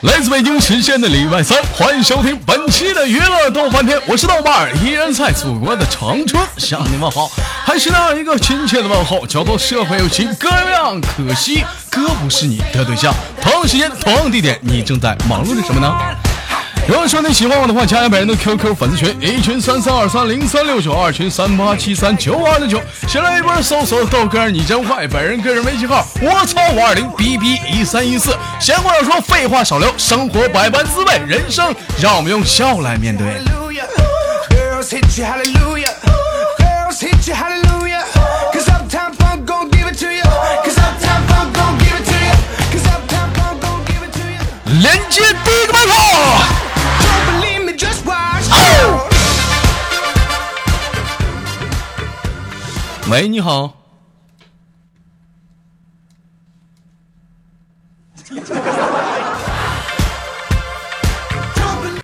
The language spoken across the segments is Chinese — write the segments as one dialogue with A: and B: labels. A: 来自北京时间的礼拜三，欢迎收听本期的娱乐逗翻天，我是豆瓣儿，依然在祖国的长春向你问好，还是那样一个亲切的问候，叫做社会有情哥亮，可惜哥不是你的对象。同样时间，同样地点，你正在忙碌着什么呢？如果说你喜欢我的话，加一下本人的 QQ 粉丝群，一群三三二三零三六九，二群三八七三九二六九，新浪微博搜索豆哥儿你真坏，本人个人微信号我操五二零 bb 一三一四。闲话少说，废话少聊，生活百般滋味，人生让我们用笑来面对。
B: Hallelujah. Girls hit you, hallelujah. Girls hit you, hallelujah. Cause Uptown Funk gon' give it to you. Cause Uptown Funk gon' give it to you. Cause Uptown Funk gon' give it to you.
A: 连接第一个麦克。
B: Don't believe me, just watch.
A: 喂，你好。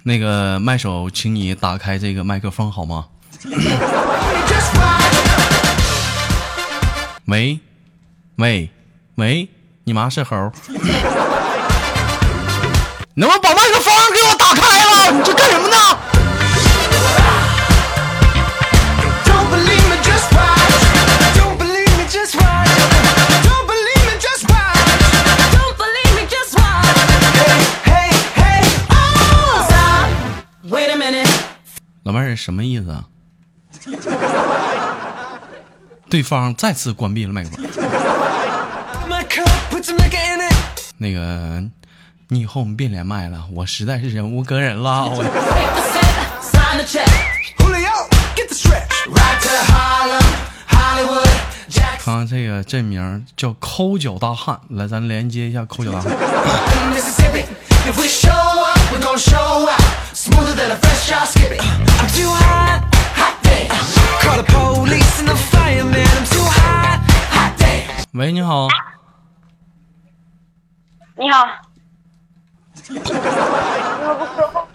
A: 那个麦手，请你打开这个麦克风好吗？
B: Just watch.
A: 喂，喂，喂， 你妈是猴？能不能把麦克风给我打开了？你这干什么呢？
B: Don't believe me, just watch. Don't believe me, just watch. Don't believe me, just watch.
C: Don't believe me, just watch.
B: Hey, hey, oh.
C: Stop. Wait a minute.
A: 老妹儿什么意思啊？ 对方再次关闭了麦克风。
B: My cup, put some liquor in it.
A: 那个，你以后我们别连麦了，我实在是忍无可忍了。我
C: Paper set, sign the check.
B: Julio, get the stretch. Right to Harlem, Hollywood, Jackson.
A: 看啊这个这名儿叫抠脚大汉，来，咱连接一下抠脚大汉。
B: Mississippi. If we show up, we're gonna show out. Smoother than a fresh shot skipping. I'm too hot, hot day. Call the police and the fireman. I'm too hot, hot day.
A: 喂，你好，
D: 你好，你怎么不说话？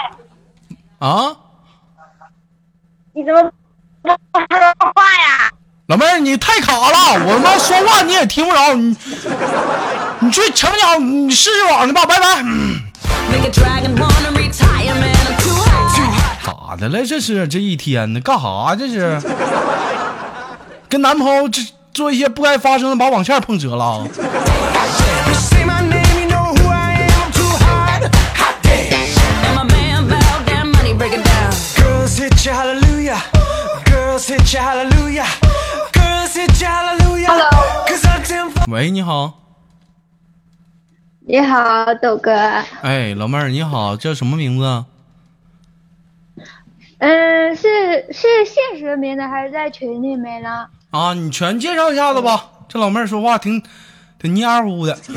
A: 啊，
D: 你怎么不说话呀？
A: 老妹儿你太卡了，我他妈说话你也听不着，你你去墙角你试试网去吧，拜拜。嗯
C: Make a dragon wanna retire, man. I'm too hot.
A: 咋的了？这是这一天的干啥？这是跟男朋友这做一些不该发生的，把网线碰折了。
B: You say my name, you know who I am. I'm too hot, hot day.
C: And my man bowed down, money break it down.
B: Girls hit you, hallelujah. Girls hit you, hallelujah. Girls hit you, hallelujah.
D: Hello.
B: Cause I'm Tim
A: 喂，你好。
D: 你好，豆哥。
A: 哎，老妹儿你好，叫什么名字啊？
D: 嗯，是是现实没呢，还是在群里没呢？
A: 啊，你全介绍一下子吧。这老妹儿说话挺挺蔫儿乎的。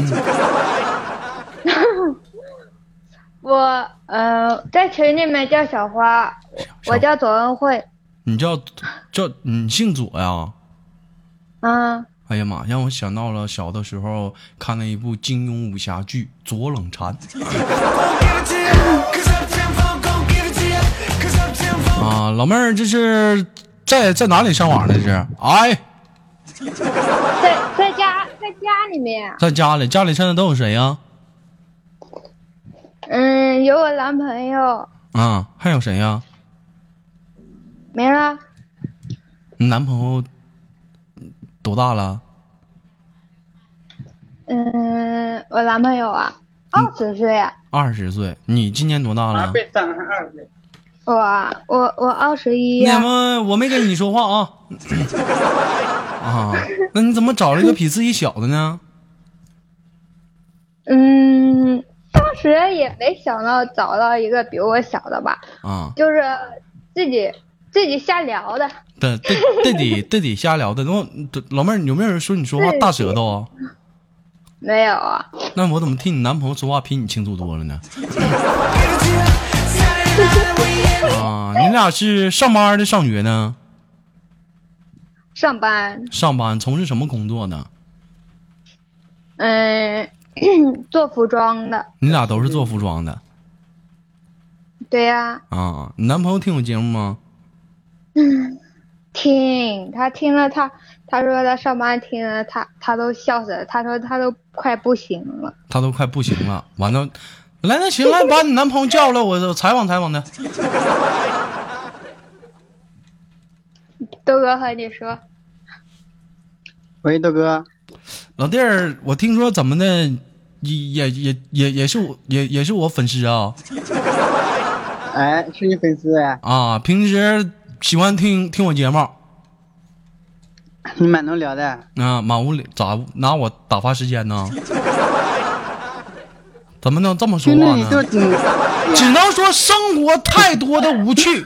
D: 我呃，在群里面叫小花，我我叫左恩惠。
A: 你叫叫你姓左呀？
D: 嗯，
A: 哎呀妈，让我想到了小的时候看了一部金庸武侠剧《左冷禅》
B: Funk, give it to you. Cause I'm Tim Funk, gon' give it to you. Cause I'm Tim Funk.
A: 啊。老妹儿，这是在在哪里上网呢？这是？哎，
D: 在在家在家里面，
A: 在家里，家里现在都有谁呀？
D: 嗯，有我男朋友，
A: 啊，还有谁呀？
D: 没了，
A: 你男朋友多大了？
D: 嗯，我男朋友啊，二十岁啊，
A: 二十岁。你今年多大了？
D: 我啊我我二十一啊
A: 那
D: 呀，
A: 么我没跟你说话啊。啊，那你怎么找了一个比自己小的呢？
D: 嗯，当时也没想到找到一个比我小的吧，
A: 啊，
D: 就是自己自己瞎聊的。
A: 对对对得对得瞎聊的。那我老妹儿，有没有人说你说话大舌头啊？
D: 没有啊，
A: 那我怎么听你男朋友说话比你清楚多了呢？
B: Give it to you. Saturday night and we in it.
A: 啊，你俩是上班的，上学呢？
D: 上班，
A: 上班从事什么工作呢？
D: 嗯， 做服装的。
A: 你俩都是做服装的
D: 对呀、
A: 啊？你男朋友听我节目吗？
D: 听他听了他，他说他上班听了他，他都笑死了。他说他都快不行了。
A: 他都快不行了，完了，来那行来，把你男朋友叫来，我我采访采访他。
D: 豆哥和你说，
E: 喂，豆哥，
A: 老弟儿，我听说怎么的，也也也也也是我也也是我粉丝啊
E: 哎，是你粉丝哎，
A: 啊！平时喜欢听听我节目
E: 你蛮能聊的，
A: 啊，满屋里咋拿我打发时间呢？ 怎么能这么说
E: 就那
A: 话
E: 你就
A: 呢？
E: 挺，
A: 只能说生活太多的无趣，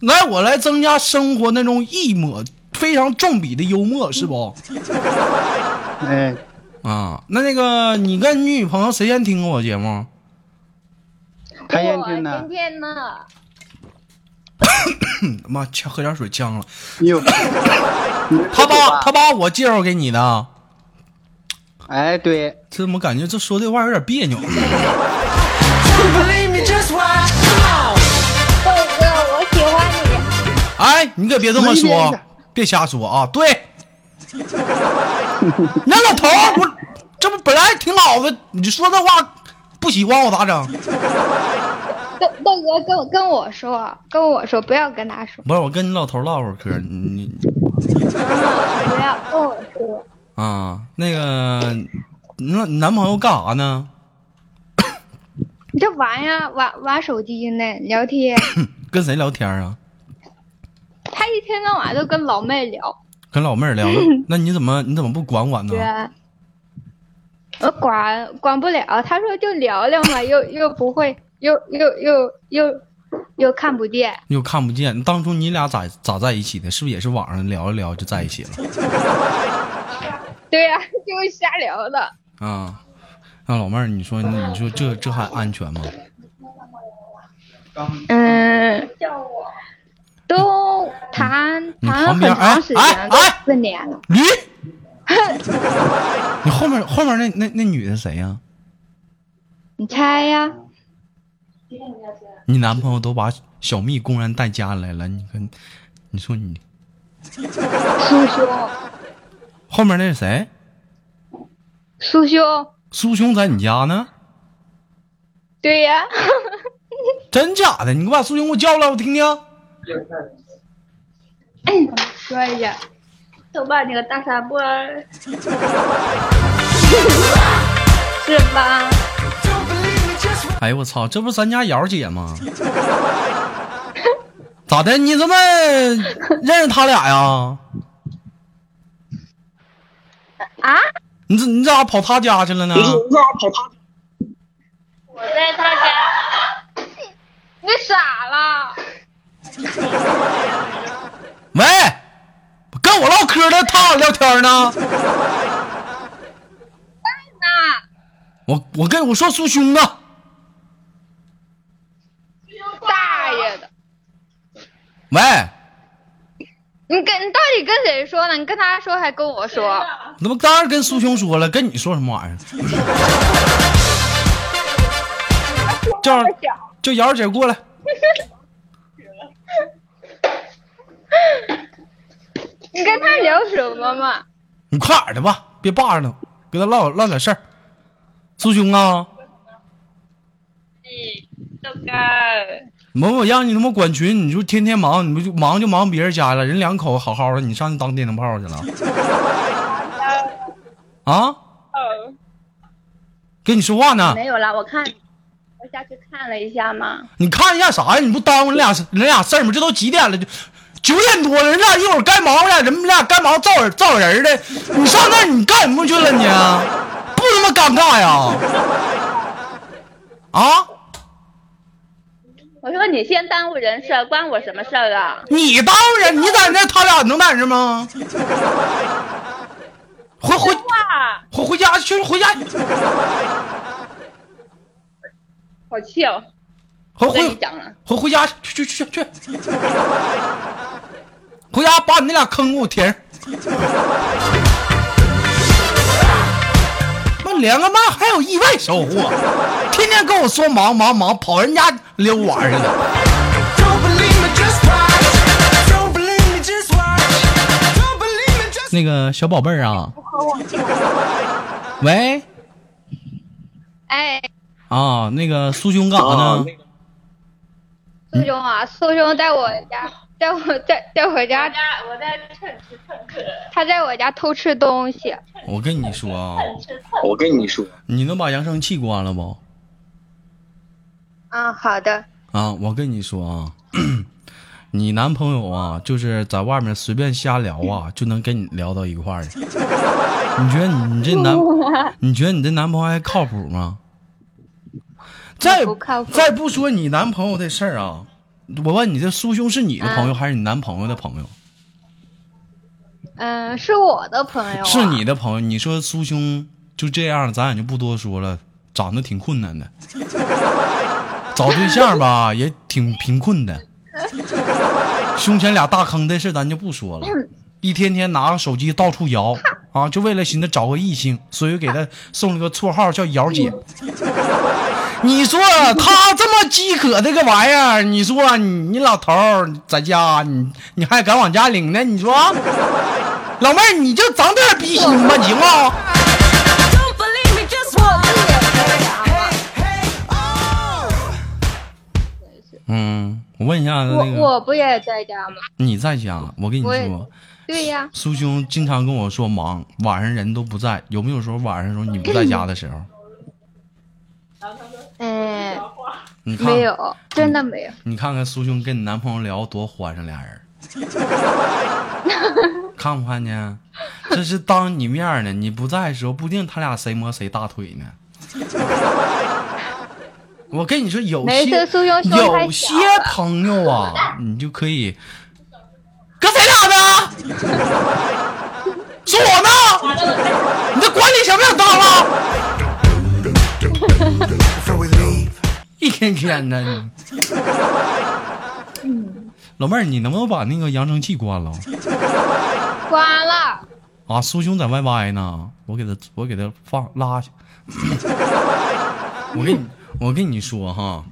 A: 来我来增加生活那种一抹非常重笔的幽默，是不？
E: 哎，
A: 啊，那那个你跟你女朋友谁先听过我节目？
E: 他先
D: 我
E: 听
D: 今
E: 的，
D: 天呢，
A: 嗯妈，呛喝点水呛了。
E: 你有，
A: 他
E: 他
A: 把他把我介绍给你的，
E: 哎，对，
A: 这怎么感觉这说这话有点 别扭？
B: Don't believe me, just watch. Come on.
D: 豆哥，我喜欢
A: 哎，你可别这么
E: 没
A: 说
E: 别的，
A: 别瞎说啊！对， 那老头儿不，这不本来挺好的，你说这话不喜欢我咋整？
D: 你。豆豆哥跟我跟我说，跟我说，不要跟他说，
A: 不是，我跟你老头儿唠会儿嗑，你
D: 不要跟我说。
A: 啊，那个，那你男朋友干啥呢？
D: 你这玩呀玩玩手机呢，聊天，
A: 跟谁聊天啊？
D: 他一天到晚都跟老妹聊。
A: 跟老妹儿 聊？那你怎么你怎么不管管呢
D: 对？啊，我管管不了。他说就聊聊嘛，又又不会，又又又又又看不见。
A: 又看不见，当初你俩咋咋在一起的？是不是也是网上聊一聊就在一起了
D: 对呀、 就是瞎聊的。
A: 啊？那老妹儿，你说那你说这这还安全吗？
D: 嗯，都谈
A: 你
D: 谈了
A: 嗯旁
D: 很
A: 边
D: 长时
A: 哎
D: 间，
A: 哎
D: 都
A: 哎
D: 四年了。
A: 驴， 你后面后面那那那女的谁呀、
D: 你猜呀？
A: 你男朋友都把小蜜公然带家来了，你看，你说你
D: 苏兄，
A: 后面那是谁？
D: 苏兄，
A: 苏兄在你家呢？
D: 对呀、
A: 真假的？你给我把苏兄给我叫来，我听听。
D: 说一下。豆瓣那个大傻瓜 儿，是吧？
B: Don't believe me, just watch.
A: 哎呦我操，这不是咱家瑶姐吗？ 咋的？你怎么认识他俩呀？
D: 啊？
A: 你这你咋跑他家去了呢？
D: 我在他家。你傻了？
A: 喂，跟我唠嗑呢，他俩聊天呢。
D: 那
A: 我我跟我说苏兄啊，
D: 大爷的！
A: 喂，
D: 你跟你到底跟谁说呢？你跟他说还跟我说？
A: 那不当然跟苏兄说了，跟你说什么玩意儿？叫叫瑶姐过来。
D: 你跟他聊什么嘛？
A: 你快点儿的吧，别霸着了，跟他唠唠点事儿。苏兄啊，豆哥，我我让你他妈管群，你就天天忙，你不就忙就忙别人家了，人两口好好的，你上去当电灯泡去了？啊？跟你说话呢，
D: 没有啦，我看我下去看了一下嘛。
A: 你看一下啥呀？你不耽误人俩人俩事儿吗？这都几点了？就九点多了，人俩一会儿该忙了，人家俩该忙造人造人儿的，你上那儿你干什么去了你？啊不他妈尴尬呀？啊？
F: 我说你先耽误人事儿，关我什么事儿啊？
A: 你当然，你在那，他俩能在这吗？回回
F: 哇，
A: 回回家去，回家
F: 好气哦！
A: 回
F: 我跟你
A: 回
F: 讲啊了，
A: 回回家去去去去，回家把你那俩坑给我填上。妈，忙两个忙，还有意外收获，天天跟我说忙忙忙，跑人家溜玩似的。
B: Don't believe me, just watch. Don't believe me, just watch. Don't believe me, just.
A: 那个小宝贝儿啊，喂
D: 哎，
A: 啊，那个苏兄干啥
G: 啊
A: 呢？
D: 苏兄啊，苏兄在我 家，在我在在我家，
F: 我在蹭吃蹭喝，
D: 他在我家偷吃东西。
A: 我跟你说啊，
F: 吃蹭
G: 我跟你说，
A: 你能把扬声器关了不？
D: 嗯，好的，
A: 啊，我跟你说啊， 你男朋友啊，就是在外面随便瞎聊啊，就能跟你聊到一块儿去。你觉得你这男，
D: 啊
A: 你觉得你这男朋友还靠谱吗？再
D: 不靠谱
A: 再不说你男朋友的事儿啊，我问你，这苏兄是你的
D: 啊
A: 朋友、还是你男朋友的朋友？
D: 嗯，是我的朋友啊、
A: 是你的朋友，你说苏兄就这样，咱也就不多说了，长得挺困难的，找对象吧也挺贫困的，胸前俩大坑的事咱就不说了，一天天拿个手机到处摇啊，就为了寻思找个异性，所以给他送了个绰号叫瑶姐。 你说他这么饥渴这个玩意儿，你说你你老头儿在家，你你还敢往家领呢？你说，老妹儿你就长点逼心吧，行吗？
C: Don't believe me, just watch.
B: Hey, oh.
A: 嗯，我问一下那
D: 我
A: 个，
D: 我不也在家吗？
A: 你在家？我跟你
D: 我也
A: 说，
D: 对呀，
A: 苏兄经常跟我说忙，晚上人都不在，有没有时候晚上时候你不在家的时候？
D: 哎，
A: 你看
D: 没，有，真的没有。
A: 你看看苏兄跟你男朋友聊多欢上俩人 儿，看不看见？啊这是当你面儿呢，你不在的时候，不定他俩谁摸谁大腿呢。 我跟你说，有
D: 没
A: 些
D: 事苏兄胸太
A: 有些
D: 小了
A: 朋友啊，你就可以跟谁俩呢？说我呢？你这管理想不想当了？
B: Before we leave,
A: 一天天的你。 老妹儿，你能不能把那个扬声器关了？
D: 关了，
A: 啊，苏兄在 YY 呢，我给他，我给他放拉去。 我跟你，我跟你说哈，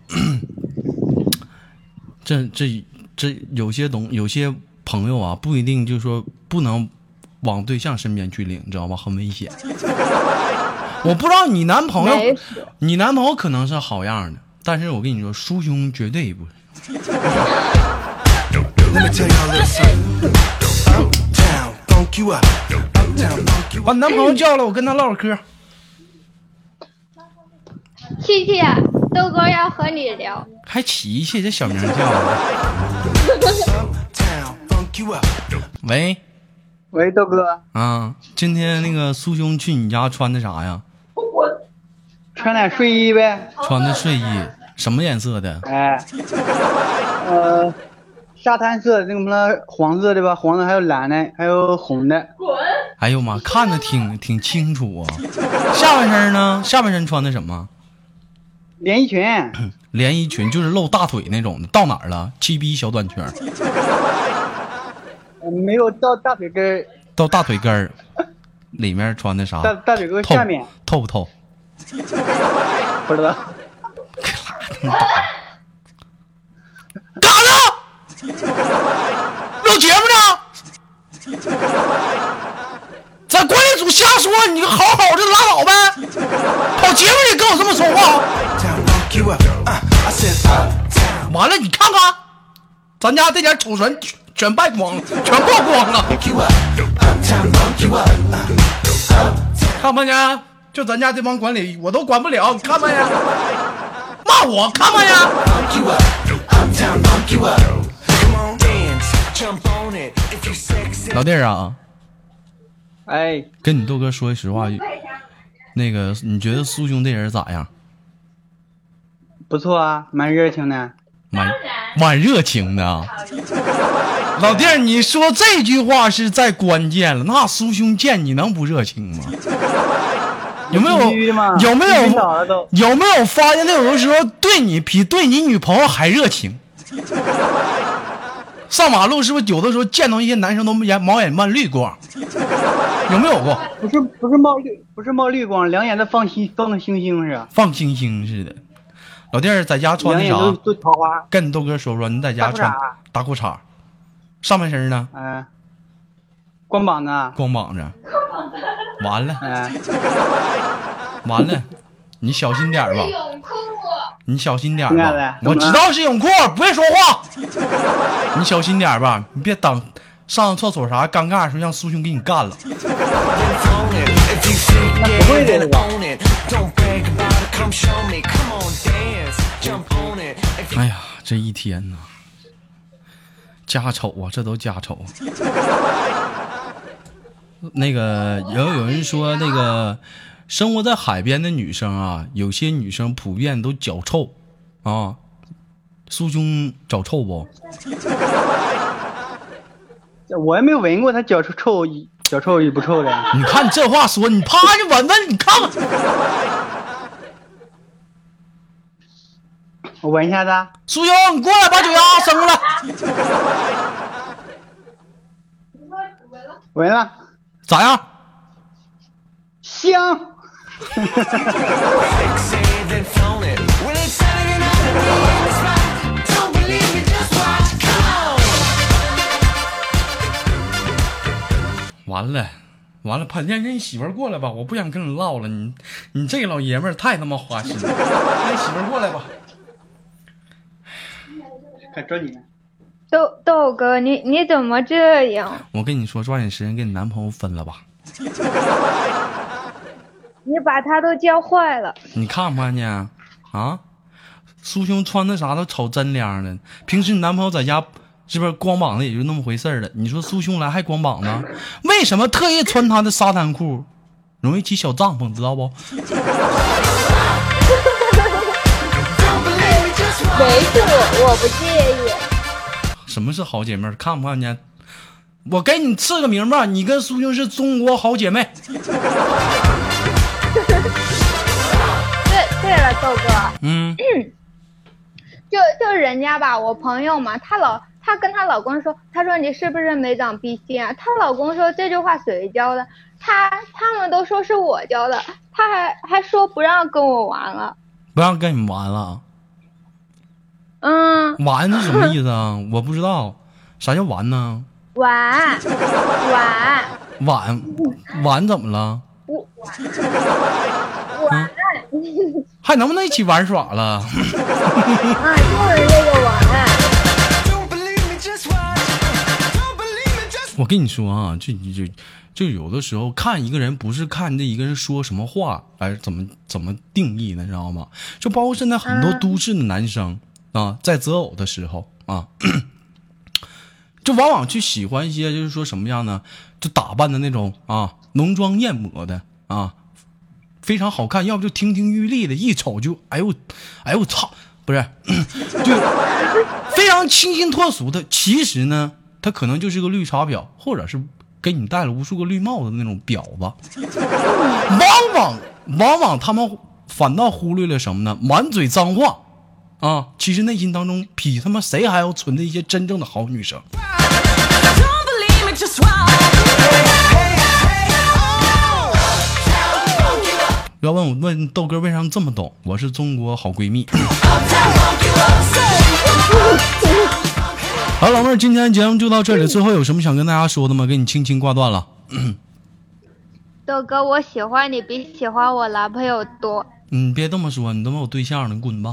A: 这这这有些东有些朋友啊，不一定就是说不能往对象身边去领，你知道吗？很危险。 我不知道你男朋
D: 没
A: 友，
D: 事。
A: 你男朋友可能是好样的，但是我跟你说，苏兄绝对不是。
B: let me tell y'all a little something. Uptown, funk you up. Uptown, funk you
A: 把你男朋友叫来，我跟他唠会儿嗑。
D: 琪琪，啊豆哥要和你聊。
A: 还琪琪这小名叫的，
B: Uptown, funk you up.
A: 喂。
E: 喂，豆哥，
A: 啊，今天那个苏兄去你家穿的啥呀？
E: 穿点睡衣呗。
A: 穿的睡衣，什么颜色的？
E: 哎，呃，沙滩色那个什么黄色的吧，黄的还有蓝的，还有红的。
A: 哎呦妈，看着挺挺清楚啊。下半身呢？下半身穿的什么？
E: 连衣裙，
A: 连衣裙，就是露大腿那种的。到哪儿了？七逼小短裙儿，
E: 呃没有到大腿根儿，
A: 到大腿根儿，里面穿的啥？
E: 大大腿根儿
A: 透
E: 下面，
A: 透不透？
E: 不知道。
A: 干啥 呢？录节目呢？在管理组瞎说，你就好好的拉倒呗。跑节目你跟我这么说话？
B: Uptown, funk you up. Uh, I said uptown,
A: 完了，你看看，咱家这点丑全全败光了，全曝光了，
B: funk you up. Uptown, funk you up. Uh,
A: 看没见？就咱家这帮管理，我都管不了，你看没见？骂我看没见？
B: funk you up. Uptown, funk you up. Come on, dance, jump on it. If you sexy.
A: 老弟儿啊，
E: 哎，
A: 跟你豆哥说句实话，那个你觉得苏兄这人咋样？
E: 不错啊，蛮热情的。
A: 蛮蛮热情的啊。老弟儿，你说这句话是在关键了，那苏兄见你能不热情吗？有没有
E: 必须的嘛
A: 有没有
E: 必须倒了都
A: 有没有发现他有的时候对你比对你女朋友还热情？上马路是不是有的时候见到一些男生都眼毛眼慢绿光？有没有过？
E: 不是不是冒绿不是冒绿光，两眼都放星放星星似的，
A: 放星星似的。老弟儿在家穿
E: 两
A: 的
E: 眼都
A: 啥？
E: 都桃花。
A: 跟你豆哥说说，你在家
E: 大裤衩
A: 穿大裤衩，上半身呢
E: 嗯、光膀子啊，
A: 光膀子，完了
E: 嗯、
A: 完了，你小心点儿
D: 哎
A: 吧，你小心点儿
E: 亲爱
A: 吧
E: 的，
A: 我
E: 怎么
A: 知
E: 了
A: 道是泳裤，不会说话，你小心点儿吧，你别等上厕所啥尴尬的时候让苏兄给你干了。
B: If you think
E: That's the way
B: it,
E: they
B: then
E: walk.
B: own it. Don't brag about it, come show me. Come on, dance, jump on it. If you
A: 哎呀，这一天呐，家丑啊，这都家丑啊。那个，也有有人说，那个生活在海边的女生啊，有些女生普遍都脚臭啊。苏兄脚臭不？
E: 我也没闻过他脚臭臭与脚臭与不臭的。
A: 你看这话说，你趴下闻闻，你看看。
E: 我闻一下子啊，
A: 苏兄，你过来把脚丫伸过来，
E: 闻了，
A: 咋样？
E: 香。
B: say it, then flown it. Well, it's Saturday night, and we in the spot. Don't believe me, just watch. Come on.
A: 完了，完了，潘让让你媳妇儿过来吧，我不想跟你唠了，你你这个老爷们儿太他妈花心了，让媳妇儿过来吧。
E: 看着你呢，
D: 豆豆哥，你你怎么这样？
A: 我跟你说，抓紧时间跟你男朋友分了吧。
D: 你把他都教坏了。
A: 你看不看见啊？啊苏兄穿的啥都瞅真亮的，平时你男朋友在家是不是光膀子也就那么回事儿了？你说苏兄来还光膀子，为什么特意穿他的沙滩裤，容易起小帐篷，知道不？
F: 没事，我我不介意。
A: 什么是好姐妹儿？看不看见？我给你赐个名吧，你跟苏兄是中国好姐妹。
D: 对对了，豆哥，
A: 嗯，
D: 就就人家吧，我朋友嘛，她老她跟她老公说，她说你是不是没长鼻心啊？她老公说这句话谁教的？她他们都说是我教的，她还还说不让跟我玩了。
A: 不让跟你玩了，
D: 嗯，
A: 玩是什么意思啊？我不知道，啥叫玩呢？
D: 玩玩
A: 晚晚怎么了？
D: 玩，
A: 还能不能一起玩耍了？
D: 啊，就是这个玩。
B: Don't believe me, just watch. Don't believe me, just
A: 我跟你说啊，就就就有的时候看一个人，不是看这一个人说什么话，而怎么怎么定义的，你知道吗？就包括现在很多都市的男生啊，在择偶的时候啊， 就往往去喜欢一些就是说什么样呢？就打扮的那种啊，浓妆艳抹的啊，非常好看，要不就亭亭玉立的，一瞅就哎呦，哎呦我操，不是， 就非常清新脱俗的。其实呢，他可能就是个绿茶婊，或者是给你戴了无数个绿帽子的那种婊子。 往往往往他们反倒忽略了什么呢？满嘴脏话啊，其实内心当中比他妈谁还要存着一些真正的好女生。
C: Don't believe me, just watch.
A: 不要问我问豆哥为啥这么懂，我是中国好闺蜜。 好，老妹儿，今天节目就到这里。最后有什么想跟大家说的吗？给你轻轻挂断了。
D: 豆哥，我喜欢你比喜欢我男朋友多。
A: 你嗯别这么说，你他妈有对象呢，你滚吧！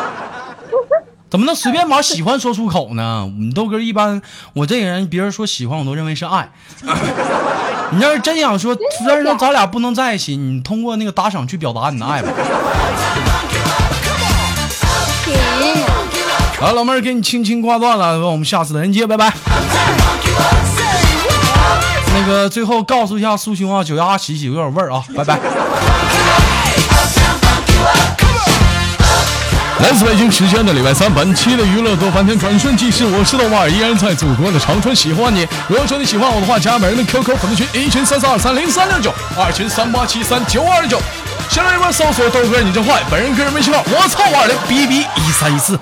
A: 怎么能随便把喜欢说出口呢？你豆哥一般，我这个人，别人说喜欢我都认为是爱。 你要是真想说，要是说咱俩不能在一起，你通过那个打赏去表达你的爱吧。好，老妹儿，给你轻轻挂断了，我们下次连接，拜拜。那个最后告诉一下苏兄啊，脚丫洗洗有点味儿啊，拜拜。来自北京时间的礼拜三，本期的娱乐多翻天转瞬即逝，我是豆瓣儿，依然在祖国的长春喜欢你。如果说你喜欢我的话，加本人的 QQ 粉丝群，一群三三二三零三六九，二群三八七三九二九，新浪微博搜索豆哥你真坏，本人个人微信号我操五二零 bb 一三一四。